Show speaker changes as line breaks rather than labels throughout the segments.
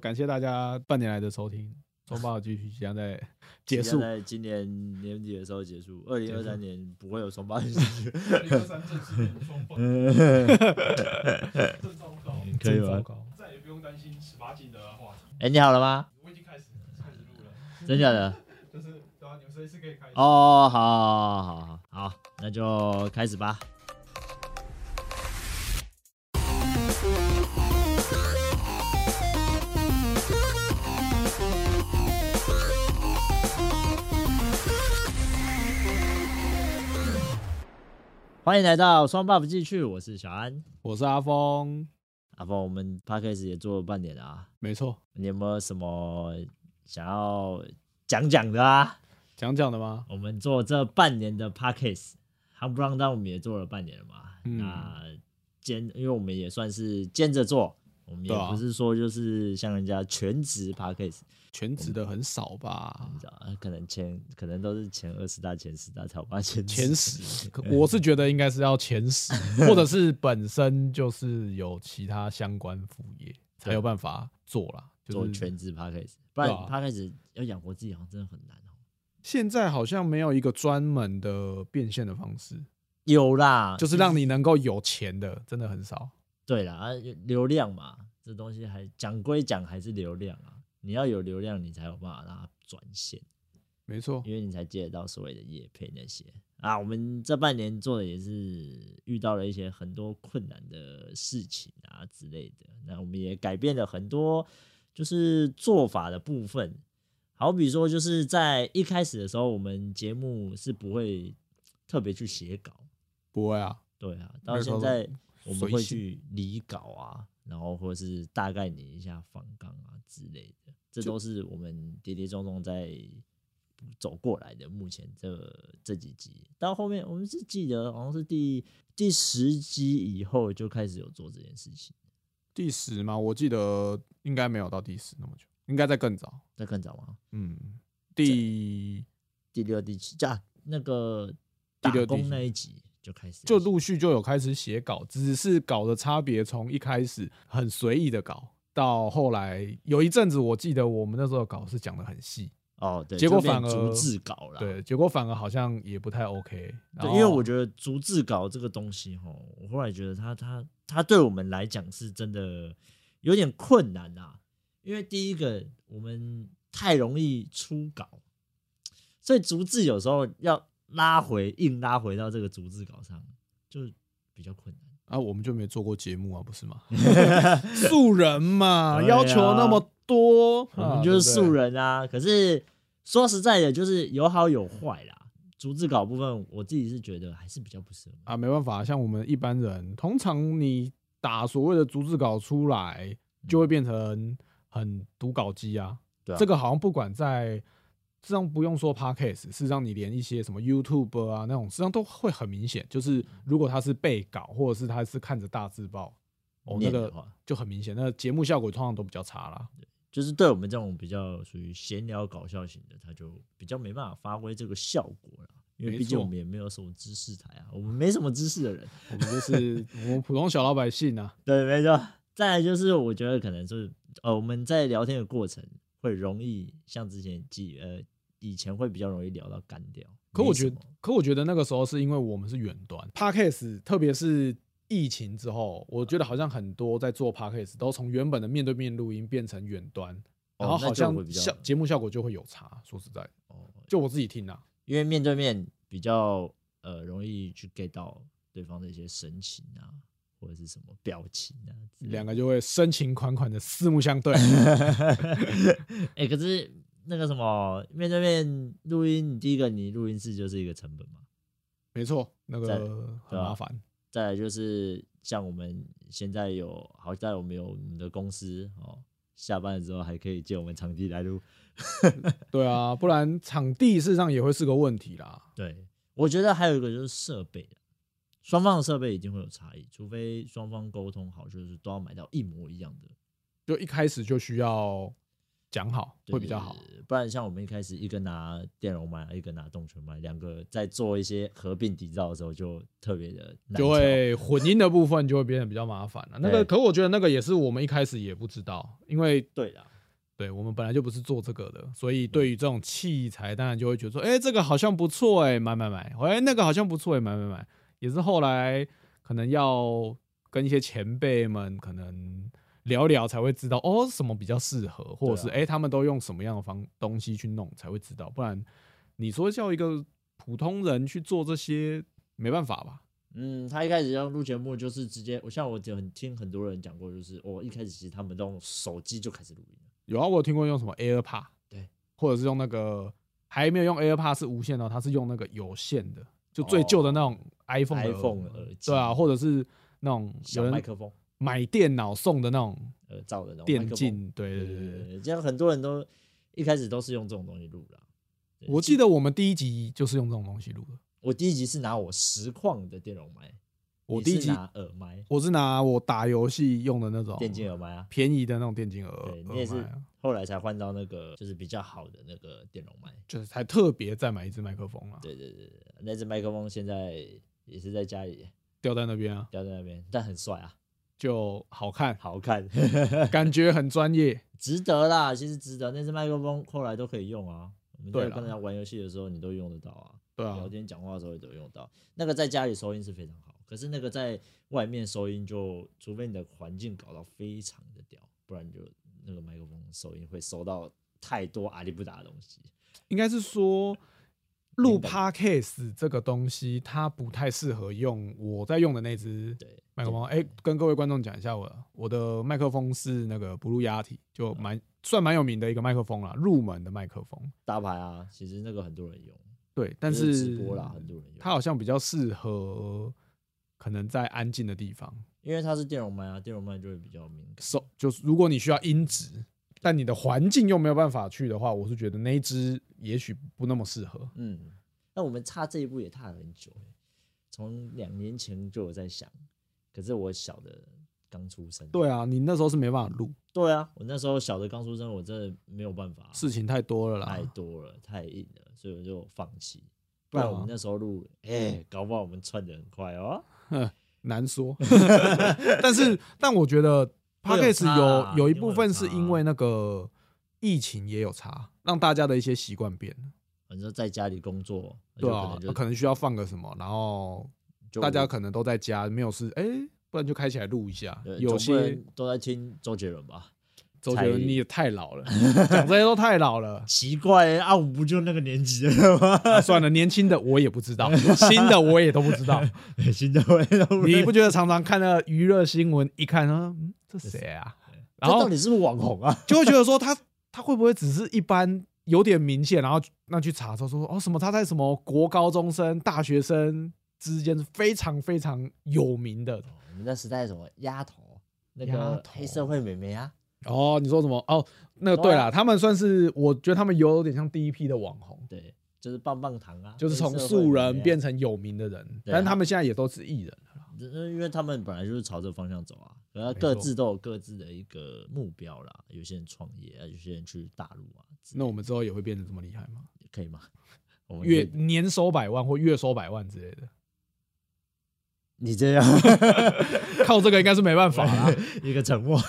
感谢大家半年来的收听，周报继续即将在结
即将
束，
在今年年底的时候结束，二零二
结束
三年不会有双八日
二零 二三正式年双份，正糟糕，
嗯可以
真糟
吗？
糕
再也不用担心十八禁的话题。
哎、你好了吗？
我已经开始开始录了，
真假的？
就是对啊，你们随时可以开始。
哦，好好好好好好，那就开始吧。欢迎来到双 buff 继续，我是小安。
我是阿峰，
阿啊峰，我们 p a c k a g e 也做了半年了啊，
没错，
你有没有什么想要讲讲的啊？
讲讲的吗？
我们做这半年的 p a c k a g e 夯不啷当我们也做了半年了嘛。
嗯
那兼，因为我们也算是兼着做，我们
对
也
啊
不是说就是像人家全职 p a c k a g e
全职的很少吧
你，知道，可能前可能都是前二十大、前十大才有发现
前十，可我是觉得应该是要前 十，或者是本身就是有其他相关副业才有办法做啦。
做
就是
全职 p a c k a g e 不然
对啊
p a c k a g e 要养活自己好像真的很难哦。
现在好像没有一个专门的变现的方式，
有啦，
就是让你能够有钱的，真的很少。
对啦，啊，流量嘛，这东西还讲归讲，还是流量啊。你要有流量，你才有办法让它转现，
没错，
因为你才接得到所谓的业配那些啊。我们这半年做的也是遇到了一些很多困难的事情啊之类的，那我们也改变了很多就是做法的部分。好比说，就是在一开始的时候，我们节目是不会特别去写稿，
不会啊，
对啊，到
那时
现
候
在我们
随
会
性
去理稿啊，然后或者是大概拟一下方纲啊之类的，这都是我们跌跌撞撞在走过来的。目前这这几集到后面，我们是记得好像是第第十集以后就开始有做这件事情，
第十吗？我记得应该没有到第十那么久，应该在更早。
那更早吗？
嗯，第
第六、第七，加、啊、那个
第
打
六第
工
七
那一集就开始
就
写
陆续就有开始写稿，只是稿的差别从一开始很随意的稿，到后来有一阵子，我记得我们那时候的稿是讲的很细，
哦，对，
结
就
果
变
反而
逐字稿了，
对，结果反而好像也不太 OK。
啊对，因为我
觉
觉得逐字稿这个东西，吼，我后来觉得它它它对我们来讲是真的有点困难啊。因为第一个，我们太容易出稿，所以逐字有时候要拉回，硬拉回到这个逐字稿上，就比较困难。
啊，我们就没做过节目啊，不 是吗？素人嘛，
对啊
要求那么多，
我
啊
们就是
对
素
不对
人啊。可是说实在的，就是有好有坏啦。逐字稿部分，我自己是觉得还是比较不适合。
啊，没办法，像我们一般人，通常你打所谓的逐字稿出来，就会变成很读稿机啊。
嗯对啊
这个好像不管在，实际上不用说 podcast，事实上你连一些什么 YouTube 啊那种，实际上都会很明显。
嗯
就是如果他是背稿，或者是他是看着大字报，哦，那
念的
个
话
就很明显，那节目效果通常都比较差啦。
就是对我们这种比较属于闲聊搞笑型的，他就比较没办法发挥这个效果了。因为
没
毕竟
错
我们也没有什么知识台啊，我们没什么知识的人。
我们就是我们普通小老百姓啊，
对，没错。再来就是，我觉得可能就是呃，我们在聊天的过程会容易像之前记呃以前会比较容易聊到干掉。
可我
没什
觉得啊
么，
可我觉得那个时候是因为我们是远端 podcast，特别是疫情之后，我觉得好像很多在做 podcast 都从原本的面对面录音变成远端，然后
哦那
好
就会
像
比较
效节目效果就会有差。说实在的，
哦，
就我自己听啊，
因为面对面比较呃容易去 get 到对方的一些神情啊，或者是什么表情啊之类的
两个就会深情款款的四目相 对。
哎、可是那个什么面对面录音，第一个你录音室就是一个成本嘛，
没错，那
在
个很
对啊
麻烦。
再来就是像我们现在有，好在我们有我们的公司哦，下班的时候还可以借我们场地来录。
对啊，不然场地事实上也会是个问题啦。
对，我觉得还有一个就是设备啊双方的设备一定会有差异，除非双方沟通好，就是都要买到一模一样的，
就一开始就需要讲好，
对
会比较好。。
不然像我们一开始一个拿电容麦，一个拿动圈麦，两个在做一些合并底噪的时候就特别的难
就
调
会混音的部分就会变得比较麻烦了、那个，
对
可我觉得那个也是我们一开始也不知道，因为
对啦。
对我们本来就不是做这个的，所以对于这种器材，当然就会觉得说，哎、这个好像不错哎、买买买；哎、那个好像不错哎、买买买。也是后来可能要跟一些前辈们可能聊聊，才会知道哦，什么比较适合，或者是
对啊
哎、他们都用什么样的方东西去弄，才会知道。不然你说叫一个普通人去做这些，没办法吧？
嗯，他一开始要录节目就是直接，我像我有很听很多人讲过，就是我一开始其实他们都用手机就开始录音了，
有啊，我有听过用什么 AirPod，
对，
或者是用那个还没有用 AirPod 是无线的哦，它是用那个有线的，就最旧的那种 iPhone 的
哦 iPhone 耳机
对啊，或者是那种有
小麦
人
克风
买电脑送的那种
呃造的那种麦
电
克风
竞，呃对
对
对对
对
对。
对，这样很多人都一开始都是用这种东西录的啊。对
我记得我们第一集就是用这种东西录的，
我第一集是拿我实况的电容麦，
我
你
第一
是
集
拿耳麦，
我是拿我打游戏用的那种
电竞耳麦啊。
便宜的那种电竞耳
对
耳
你也
麦
是
啊，
后来才换到那个就是比较好的那个电容麦。
就是才特别再买一支麦克风啊，
对对对，对那只麦克风现在也是在家里
吊在那边啊，
吊在那边，但很帅啊，
就好看，
好看，
感觉很专业。
值得啦，其实值得。那只麦克风后来都可以用啊，我们在
对啦
跟人家玩游戏的时候你都用得到啊，
对啊
聊，天讲话的时候也都用得到。那个在家里收音是非常好，可是那个在外面收音就，除非你的环境搞到非常的屌，不然就那个麦克风收音会收到太多阿里不达的东西。
应该是说录
明白
podcast 这个东西，它不太适合用我在用的那只
对，
麦克风。哎、跟各位观众讲一下我的，我的麦克风是那个 Blue Yeti，就
嗯
蛮算蛮有名的一个麦克风啦，入门的麦克风。
大牌啊，其实那个很多人用，
对，但
就是直播啦，很多人用。
它好像比较适合可能在安静的地方
因为它是电容麦啊，电容麦就会比较敏感。
收，就是如果你需要音质。但你的环境又没有办法去的话，我是觉得那一只也许不那么适合。
嗯，那我们踏这一步也踏了很久欸，从两年前就有在想，可是我小的刚出生。
对啊，你那时候是没办法录，
对啊，我那时候小的刚出生，我真的没有办法啊，哎
事情太多了啦。
太多了，太硬了，所以我就放弃。不然
对啊嗯
我们那时候录，哎、搞不好我们窜的很快哦。
难 说，但是但我觉得 p o
会
d
有
c a s
差啊
t 有有一
一定会
部
有
分
差
是因为那个疫情也有差，让大家的一些习惯变了，
反正在家里工作，
对
就
啊
可能，就
可能需要放个什么，然后
就
大家
我
可能都在家没有事，哎、不然就开起来录一下
呃。
有
总不
些
能都在听周杰伦吧？
周杰
才
伦你也太老了，讲这些都太老了。
奇怪、啊，我们不就那个年纪了吗？
啊算了，年轻的我也不知道，新的我也都不知 道。
新的我也都不
你不觉得常常看那娱乐新闻，一看啊，嗯，这谁啊？然
这
后
到底是不是网红啊？
就会觉得说他他会不会只是一般有点明显，然后那去查之后说哦什么他在什么国高中生、大学生之间是非常非常有名的
我们那时代什么丫头，那
丫
个
头
黑社会妹妹啊，
哦，你说什么哦？那个
对
对
啊
啦，他们算是我觉得他们有点像第一批的网红，
对，就是棒棒糖啊，
就是从
黑社会
素
妹妹
人
啊
变，成有名的人，
对啊
但他们现在也都是艺人了啦。
呃因为他们本来就是朝这个方向走啊，然后
没
各
错
自都有各自的一个目标啦，有些人创业啊，有些人去大陆啊，之
那我们之后也会变得这么厉害吗？
可以吗？我们
月
可以
年收百万或月收百万之类的，
你这样
靠这个应该是没办法啦，
一个沉默，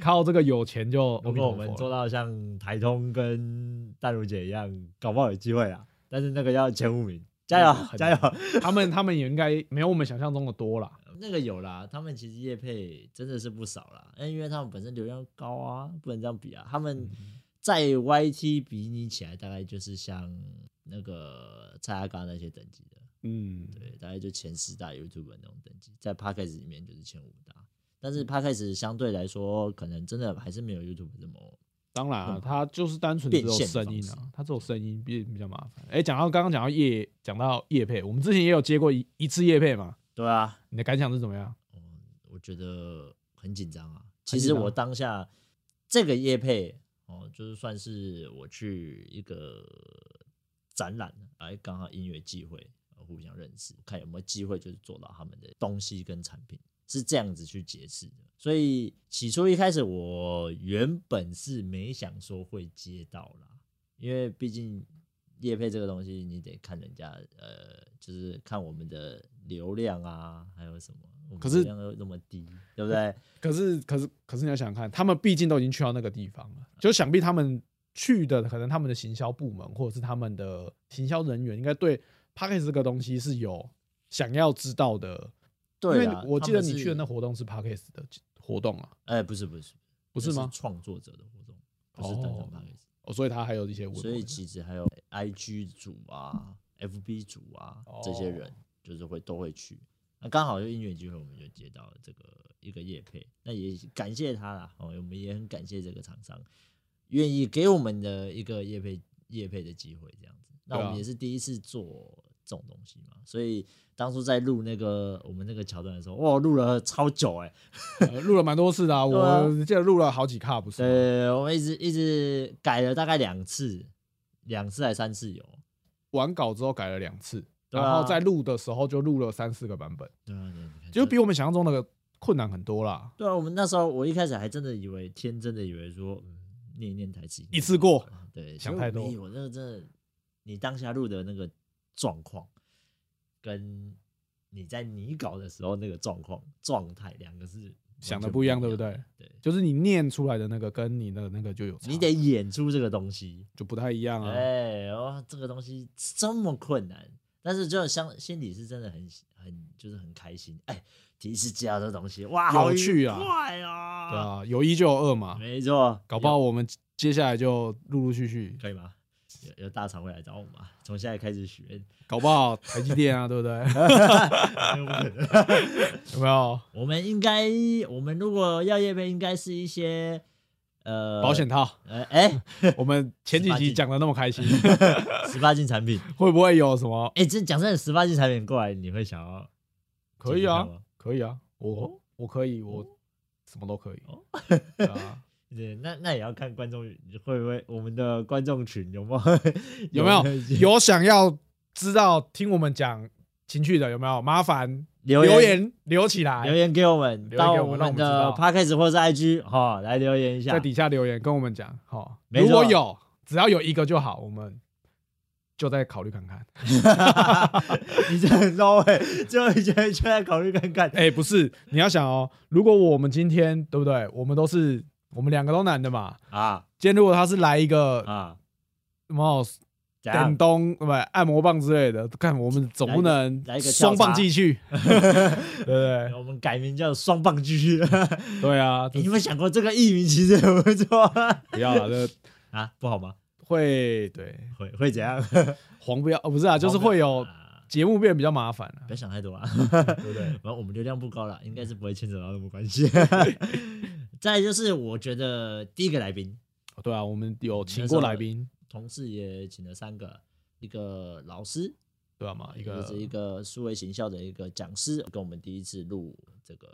靠这个有钱就
如果我们做到像台通跟淡如姐一样，搞不好有机会啊，但是那个要前五名，加
嗯
油
很
加
难
油！
他们他们也应该没有我们想象中的多啦。
那个有啦，他们其实业配真的是不少啦，那因为他们本身流量高啊，不能这样比啊。他们在 YT 比拟起来，大概就是像那个蔡阿嘎那些等级的，
嗯，
对，大概就前十大 YouTube 那种等级，在 Podcast 里面就是前五大。但是 Podcast 相对来说，可能真的还是没有 YouTube 这么
当然、啊
嗯，
它就是单纯只有
变现的
声音
方
啊，它只有声音比比较麻烦。哎、讲到刚刚讲到叶，讲到叶配，我们之前也有接过一一次叶配嘛，
对啊，
你的感想是怎么样？
嗯，我觉得很紧张啊。其
很紧张
实我当下这个业配哦，就是算是我去一个展览，哎，刚好因缘际会呃互相认识，看有没有机会就是做到他们的东西跟产品，是这样子去解释的。所以起初一开始，我原本是没想说会接到啦，因为毕竟业配这个东西，你得看人家呃，就是看我们的流量啊，还有什么，我们
可是哎
流量又那么低，对不对？
可是可是可是你要想想看，他们毕竟都已经去到那个地方了，就想必他们去的可能他们的行销部门或者是他们的行销人员，应该对 p a c k a g e 这个东西是有想要知道的。
对
因为
啦
我记得你去的，那
他们是
活动是 p a c k a g e 的活动啊，
哎，不是不是
不是
那
吗？
创作者的活动，不是登
哦
场 p a c k a g
哦，所以他还有一些文
所以
文
其实还有 IG 组啊、FB 组啊这些人，就是会都会去。那刚好就因缘机会，我们就接到了这个一个业配，那也感谢他啦，哦，我们也很感谢这个厂商愿意给我们的一个业配业配的机会，这样子。那
对
我
啊
们也是第一次做这种东西嘛，所以当初在录那个我们那个桥段的时候，哇，录了超久哎、
呃录了蛮多次的、啊，
对啊
我记得录了好几卡，不是吗？
对，我们一直一直改了大概两次，两次还三次有，
完稿之后改了两次，
对
然
啊
后在录的时候就录了三四个版本，
对啊，对啊你看
就比我们想象中的困难很多啦。
对啊，我们那时候我一开始还真的以为，天真的以为说，嗯，念一念台词
一次过，
啊对，
想
结果
太多
没有我那个真的，你当下录的那个状况，跟你在拟稿的时候那个状况状态，两个是
想的
完
不
全不
一
一
样对不
的
对？
对，
就是你念出来的那个跟你的那个就有差，
你得演出这个东西，
就不太一样啊。
哎、哇，这个东西这么困难，但是就像心里是真的很很就是很开心，哎、第一次接到这东西，哇，好
有趣啊
愉快啊，
对啊，有一就有二嘛，
没错，
搞不好我们接下来就陆陆续续，
可以吗？有有大厂会来找我们吗？从现在开 始学，
搞不好台积电啊，对不 对？
没有不可能
有没有
我们应该，我们如果要业配，应该是一些 呃
保险， 套？
呃，哎、
我们前几
十八
集
禁
讲的那么开心，
十八禁产品，
会不会有什么？
哎、这讲真的，十八禁产品过来，你会想要
可以啊
解决它吗，
可以啊，我
哦
我可以，我什么都可以
哦。
对 啊，
对，那那也要看观众会不会，我们的观众群有没有
有没有
一些
有想要知道听我们讲情趣的有没有？麻烦
留
留
言
言留起
留
来，
言给我们，
留言
到
给我们让我们
们
知
的
道
podcast 或是 IG 哈、来留言一下
在，底下留言跟我们讲。好，
没
如果
错
有，只要有一个就好，我们就再考虑看看。
你这很 low 哎、 最后一圈就在考虑看看。
哎、不是，你要想哦，如果我们今天对不对？我们都是我们两个都男的嘛。
啊
今天如果他是来一个
啊，
什么
怎
电
样？
动不按摩棒之类的，看我们总不能
来一个来一个
双棒
跳闸
继 续，对不对？
我们改名叫双棒继续。
对啊，
你
这
有没有想过这个艺名其实很不 错
不要了，这
啊？不好吗？
会对
会会怎样？
黄标哦，不是啊，就是会有
啊
节目变得比较麻烦啊
不要想太多啊，
对不对？
反 正我们流量不高了，应该是不会牵扯到什么 关系。再来就是，我觉得第一个来宾，
对啊，我们有
嗯
请过来宾，
同事也请了三个，一个老师，
对吧、啊嘛，一个
就是一个数位行销的一个讲师，跟我们第一次录这个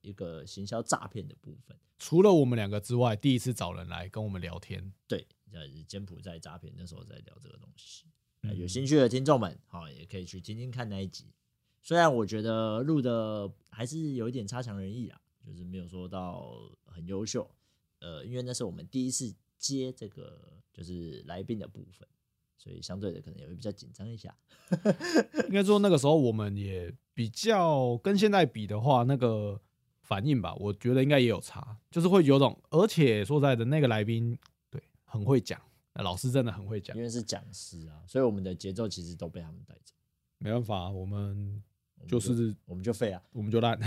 一个行销诈骗的部分。
除了我们两个之外，第一次找人来跟我们聊天，
对，呃，柬埔寨诈骗那时候在聊这个东西。
嗯
那有兴趣的听众们，好、也可以去听听看那一集。虽然我觉得录的还是有一点差强人意啊，就是没有说到很优秀。呃，因为那是我们第一次接这个就是来宾的部分，所以相对的可能也会比较紧张一下。
应该说那个时候我们也比较跟现在比的话，那个反应吧，我觉得应该也有差，就是会有种，而且说实在的，那个来宾对很会讲，那老师真的很会讲
因，为是讲师啊，所以我们的节奏其实都被他们带走，
没办法，我们
我们
就是
我们就废啊。
我们就 烂，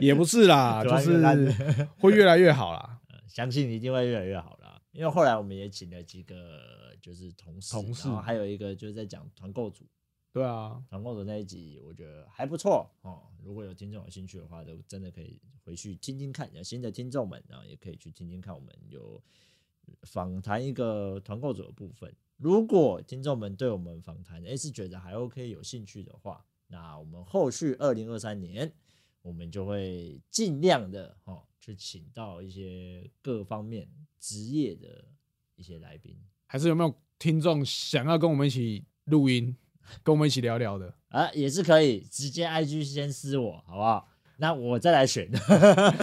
也不是啦，
对
就
啊
是
越烂
会越来越好 啦。
呃相信一定会越来越好啦。因为后来我们也请了几个就是同事，
同事
然后还有一个就是在讲团购组，
对啊，
团购组那一集我觉得还不错哦。如果有听众有兴趣的话，都真的可以回去听听看。有新的听众们，然后也可以去听听看我们有访谈一个团购组的部分。如果听众们对我们访谈诶是觉得还 OK 有兴趣的话，那我们后续二零二三年我们就会尽量的哦，去请到一些各方面职业的一些来宾。
还是有没有听众想要跟我们一起录音，跟我们一起聊聊的？
啊，也是可以直接 IG 先私我，好不好？那我再来选。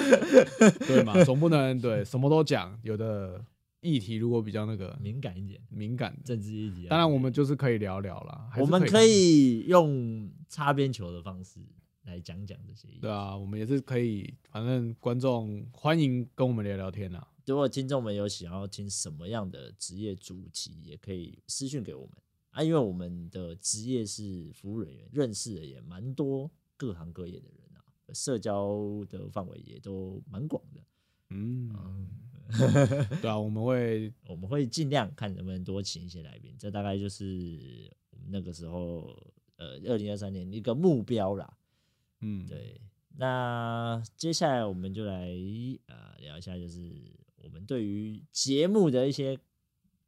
对 嘛，总不能对什么都讲，有的议题如果比较那个
敏感一点，
敏感的，
政治议题啊。
当然我们就是可以聊聊啦，还是
我们
看
可以用擦边球的方式来讲讲这些议题。
对啊，我们也是可以，反正观众欢迎跟我们聊聊天啊，
如果听众们有想要听什么样的职业主题，也可以私讯给我们啊，因为我们的职业是服务人员，认识的也蛮多各行各业的人啊，社交的范围也都蛮广的。
嗯，
嗯，
对啊，我们会
我们会尽量看能不能多请一些来宾，这大概就是我们那个时候呃，二零二三年一个目标啦。
嗯，
对，那接下来我们就来呃聊一下，就是我们对于节目的一些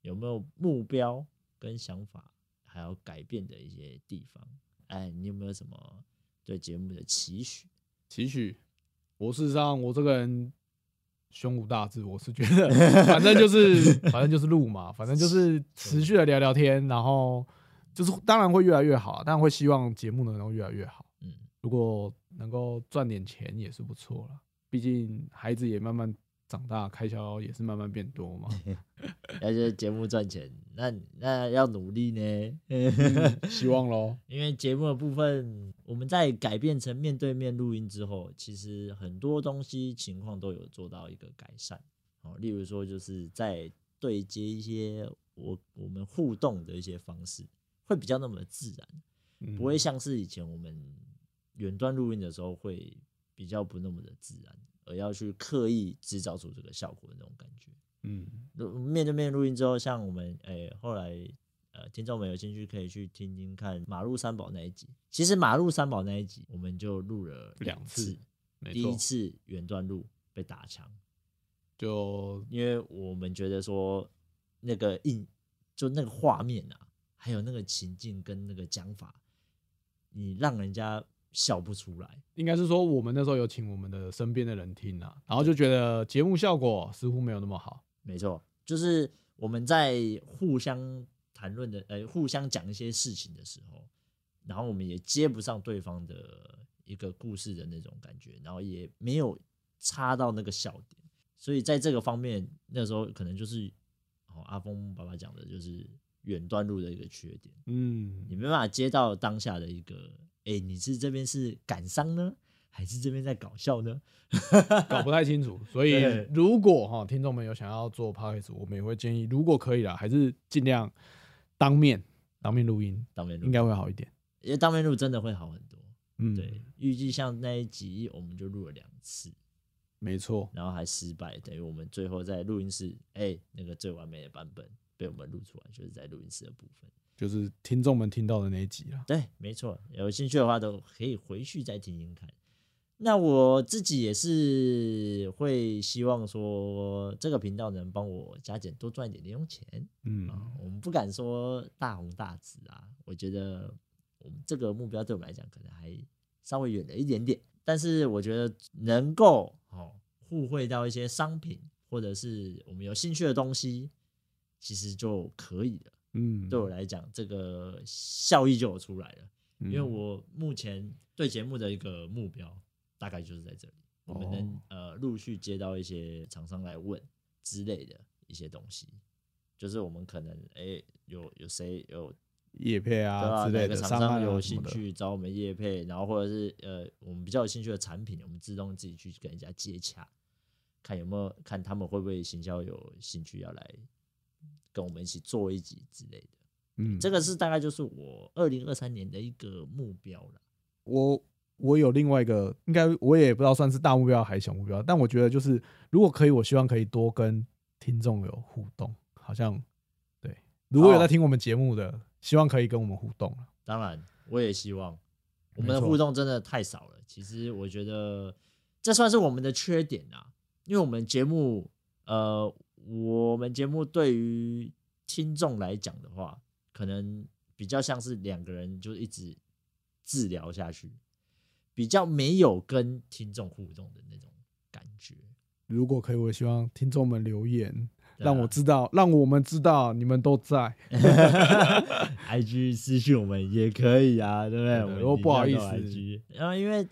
有没有目标跟想法，还有改变的一些地方。哎，你有没有什么对节目的期许？
期许。我事实上，我这个人胸无大志，我是觉得，反正就是反正就是录嘛，反正就是持续的聊聊天，然后就是当然会越来越好啊，当然会希望节目能够越来越好。
嗯，
如果能够赚点钱也是不错了，毕竟孩子也慢慢长大，开销也是慢慢变多嘛。
要是节目赚钱，那那要努力呢。
希望喽，
因为节目的部分，我们在改变成面对面录音之后，其实很多东西情况都有做到一个改善哦。例如说，就是在对接一些我我们互动的一些方式，会比较那么自然，
嗯
不会像是以前我们远端录音的时候会比较不那么的自然，而要去刻意制造出这个效果的那种感觉。
嗯，
录面对面录音之后，像我们诶、后来呃听众们有兴趣可以去听听看马路三宝那一集。其实马路三宝那一集我们就录了
两
次
次，，没
第一
错，
次远端录被打枪，
就
因为我们觉得说那个印就那个画面啊，还有那个情境跟那个讲法，你让人家笑不出来。
应该是说我们那时候有请我们的身边的人听啊，然后就觉得节目效果似乎没有那么好。
没错，就是我们在互相谈论的，呃，互相讲一些事情的时候，然后我们也接不上对方的一个故事的那种感觉，然后也没有插到那个笑点，所以在这个方面，那时候可能就是哦，阿峰爸爸讲的就是远端路的一个缺点，你
嗯，
没办法接到当下的一个，哎，你是这边是感伤呢，还是这边在搞笑呢？
搞不太清楚，所以
对
如果哈听众们有想要做 podcast，我们也会建议，如果可以啦，还是尽量当面当面录音，
当面录
应，该会好一点。
因为当面录真的会好很多。
嗯，
对，，预计像那一集我们就录了两次，
没错，
然后还失败，等于我们最后在录音室，哎、那个最完美的版本被我们录出来，就是在录音室的部分。
就是听众们听到的那一集啦。
对，没错，有兴趣的话都可以回去再听听看。那我自己也是会希望说，这个频道能帮我加减多赚一点零用钱。啊
嗯，，
我们不敢说大红大紫啊，我觉得我们这个目标对我们来讲可能还稍微远了一点点，但是我觉得能够哦互惠到一些商品或者是我们有兴趣的东西，其实就可以了。
嗯，
对我来讲，这个效益就有出来了，
嗯，
因为我目前对节目的一个目标大概就是在这里，我们能、
哦
呃陆续接到一些厂商来问之类的一些东西，就是我们可能哎、有有谁有
叶配
对
啊之
哪
类的，
个厂
商
商
案啊
有
什么
兴
的，
趣找我们业配，然后或者是呃我们比较有兴趣的产品，我们自动自己去跟人家接洽，看有没有看他们会不会行销有兴趣要来跟我们一起做一集之类的。
嗯，
这个是大概就是我二零二三年的一个目标了。
我我有另外一个，应该我也不知道算是大目标还是小目标，但我觉得就是如果可以，我希望可以多跟听众有互动。好像对，如果有在听我们节目的，希望可以跟我们互动啊
当然，我也希望我们的
没错
互动真的太少了。其实我觉得这算是我们的缺点啊，因为我们节目，呃，我们节目对于听众来讲的话，可能比较像是两个人就一直治疗下去，比较没有跟听众互动的那种感觉。
如果可以，我希望听众们留言，
对啊
让我知道，让我们知道你们都 在。
IG 私信我们也可以啊，对不对？
对
我们
如果不好意思
一定要到 IG 然后因为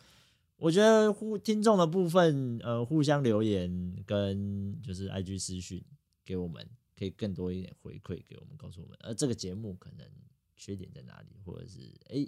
我觉得互听众的部分，呃，互相留言跟就是 IG 私讯给我们，可以更多一点回馈给我们，告诉我们，呃，这个节目可能缺点在哪里，或者是哎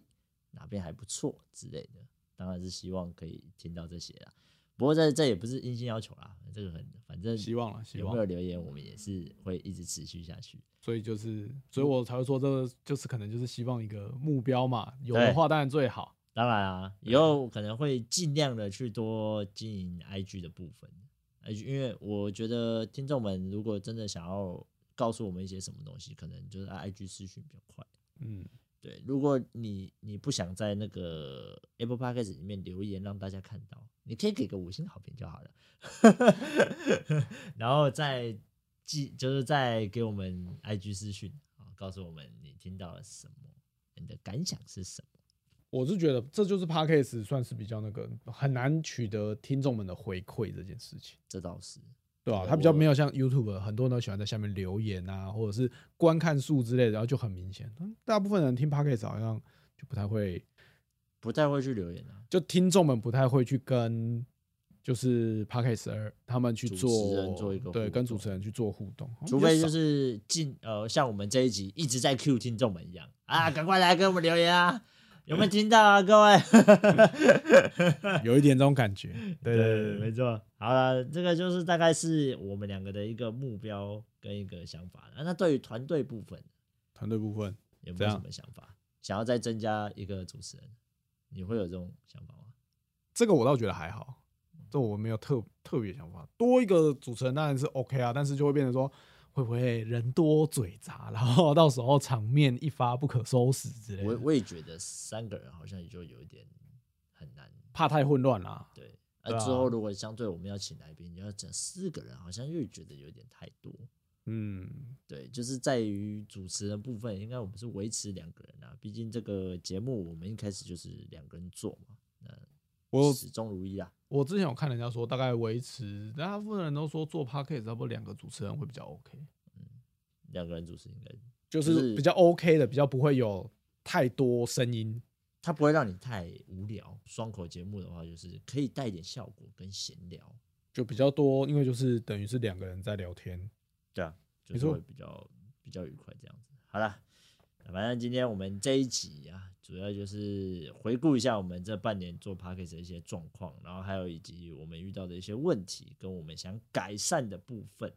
哪边还不错之类的。当然是希望可以听到这些啦。不过这这也不是硬性要求啦，这个很反正
希望了，希
有
望
没有。留言，我们也是会一直持续下去。
所以就是，所以我才会说，这个就是可能就是希望一个目标嘛，有
对
的话当然最好。
当然啊，以后可能会尽量的去多经营 IG 的部分，IG，因为我觉得听众们如果真的想要告诉我们一些什么东西，可能就是 IG 私讯比较快。
嗯，
对，如果你你不想在那个 Apple Podcast 里面留言让大家看到，你可以给个五星好评就好了， 然后再记就是再给我们 IG 私讯啊，告诉我们你听到了什么，你的感想是什么。
我是觉得这就是 p a c k a s e 算是比较那个很难取得听众们的回馈这件事情。
这倒是，
对啊，
对
它比较
我
没有像 YouTube 很多人都喜欢在下面留言啊，或者是观看数之类的，然后就很明显。嗯大部分人听 Podcast 好像就不太会，
不太会去留言啊。
就听众们不太会去跟就是 Podcast 儿他们去
主持
做
人做一个
对
互
跟主
动
持人去做互动，好像
除
哦比较
非
少
就是进呃，像我们这一集一直在 Q 听众们一样
嗯
啊，赶快来给我们留言啊，有没有听到啊，各位？
有一点这种感觉。对对对
没错。好了，这个就是大概是我们两个的一个目标跟一个想法了。那对于团队部分
团队部分，
有没
怎
有
样
什么想法？想要再增加一个主持人，你会有这种想法吗？
这个我倒觉得还好，这我没有特特别想法。多一个主持人当然是 OK 啊，但是就会变成说会不会人多嘴杂，然后到时候场面一发不可收拾之类
我
的，
我也觉得三个人好像就有一点很难。
怕太混乱啦、
对，呃，
对啊
之后如果相对我们要请来宾，要整四个人，好像又觉得有点太多。
嗯，
对，就是在于主持人部分，应该我们是维持两个人啊，毕竟这个节目我们一开始就是两个人做嘛，
我
始终如一啊。
我之前有看人家说，大概维持大部分人都说做 p a c k a g e 差不多两个主持人会比较 OK，
嗯两个人主持应该，
就
就是
是比较 OK 的，比较不会有太多声音。
它不会让你太无聊。双口节目的话，就是可以带一点效果跟闲聊，
就比较多，因为就是等于是两个人在聊天。
对啊，就
没
是
错
会比较比较愉快这样子。好啦，反正今天我们这一集啊，主要就是回顾一下我们这半年做 p a c k a g e 的一些状况，然后还有以及我们遇到的一些问题跟我们想改善的部分。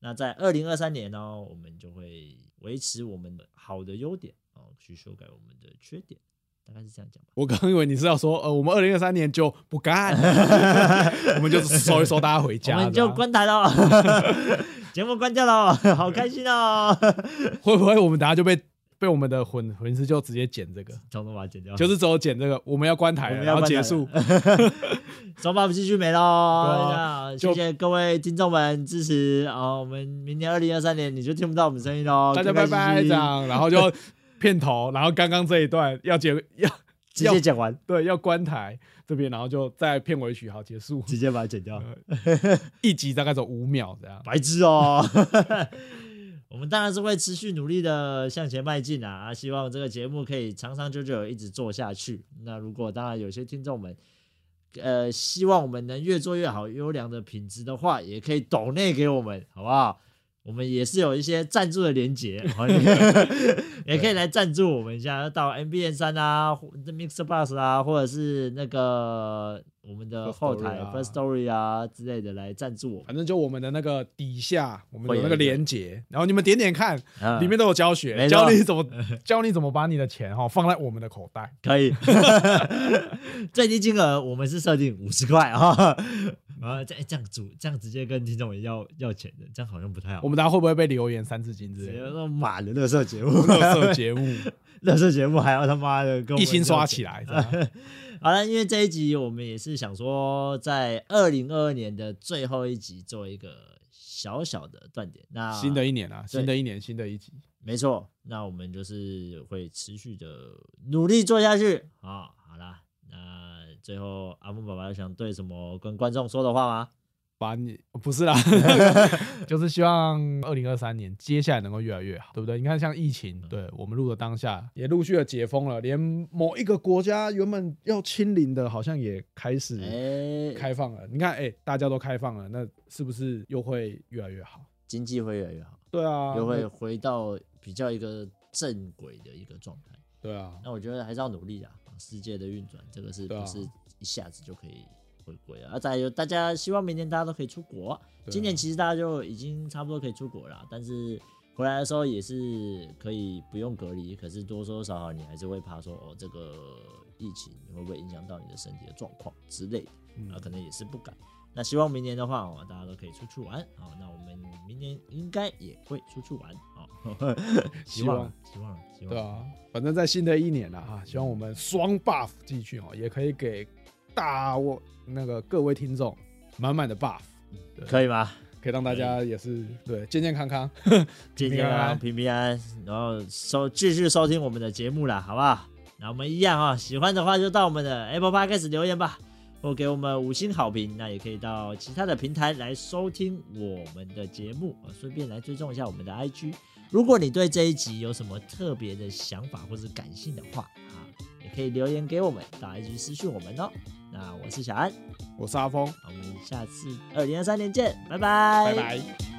那在二零二三年呢，我们就会维持我们的好的优点哦，去修改我们的缺点，大概是这样讲吧。
我刚以为你是要说，呃，我们二零二三年就不 干，我们就是收一收，大家回家
我
这样，
们就关台了， 节目关掉了，好开心 哦！
会不会我们等下就被被我们的混混师就直接剪这个，
统统把它剪掉，
就是只有剪这个，我们要关台
嗯我
了，
们
然
要
后
关
结
台了
束。
双 buff 继续没喽。
对啊
那谢
就
谢各位听众们支持哦，我们明年二零二三年你就听不到我们声音喽，
大家
开
拜
开
拜，
心心
这样，然后就片头，然后刚刚这一段要结 要
直接讲完，
对要关台这边，然后就在片尾曲好结 束，
直接把它剪掉，
一集大概走五秒这样。
白痴哦。 我们当然是会持续努力的向前迈进啊！啊希望这个节目可以长长久久地一直做下去。那如果当然有些听众们，呃，希望我们能越做越好，优良的品质的话，也可以抖内给我们，好不好？我们也是有一些赞助的 连接，好你也可以来赞助我们一下，到 M B N 三啊或，Mixer Bus 啊，或者是那个我们的
First
后台
Story 啊
First Story 啊之类的来赞助我们。
反正就我们的那个底下，我们
会
有那
有
个
一个
连接，然后你们点点看，
啊
里面都有教学，
没
教
错
你怎么 教你怎么把你的钱哈放在我们的口袋。
可 以，最低金额我们是设定五十块 啊，啊，这这样主这样直接跟听众们要要钱的，这样好像不太好。
我们大家会不会被留言三字经之
直
类
接
的？
说妈的，乐色节目，
特色节 目
乐色节目还要他妈的跟我们
一心刷起啊
来。
来，这 样
好了，因为这一集我们也是想说，在二零二二年的最后一集做一个小小的断点。那
新的一年啊，
对
新的一年，新的一集，
没错，那我们就是会持续的努力做下去啊。好啦，那最后阿木爸爸有想对什么跟观众说的话吗？
把你 不是啦，就是希望二零二三年接下来能够越来越好，对不对？你看，像疫情，
嗯
对我们录的当下也陆续的解封了，连某一个国家原本要清零的，好像也开
哎、
始开放了。你看，哎，大家都开放了，那是不是又会越来越好？
经济会越来越好，
对啊，
又会回到比较一个正轨的一个状态。
对啊，
那我觉得还是要努力啊，世界的运转这个是
对啊
不是一下子就可以？回归啊。啊，再来就大家希望明年大家都可以出国、
对
今年
啊
其实大家就已经差不多可以出国了啊，但是回来的时候也是可以不用隔离，可是多多少少你还是会怕说哦，这个疫情会不会影响到你的身体的状况之类的
嗯
啊，可能也是不敢。那希望明年的话，哦，大家都可以出去玩啊、哦。那我们明年应该也会出去玩啊、哦， 希
希
望
望
啊希望啊希望
对啊，反正在新的一年啦啊，希望我们双 buff 继续哦，也可以给大我那个各位听众满满的 buff，
可以吗？
可以让大家也是对健健康康。
健健康康、啊平平安安，然后收继续收听我们的节目啦，好不好？那我们一样啊、喜欢的话就到我们的 Apple Podcast 留言吧，或给我们五星好评。那也可以到其他的平台来收听我们的节目，呃顺便来追踪一下我们的 IG。如果你对这一集有什么特别的想法或是感性的话啊，也可以留言给我们，到 IG 私讯我们哦。那我是小安，
我是阿峰，
我们下次二零二三年见，拜
拜拜。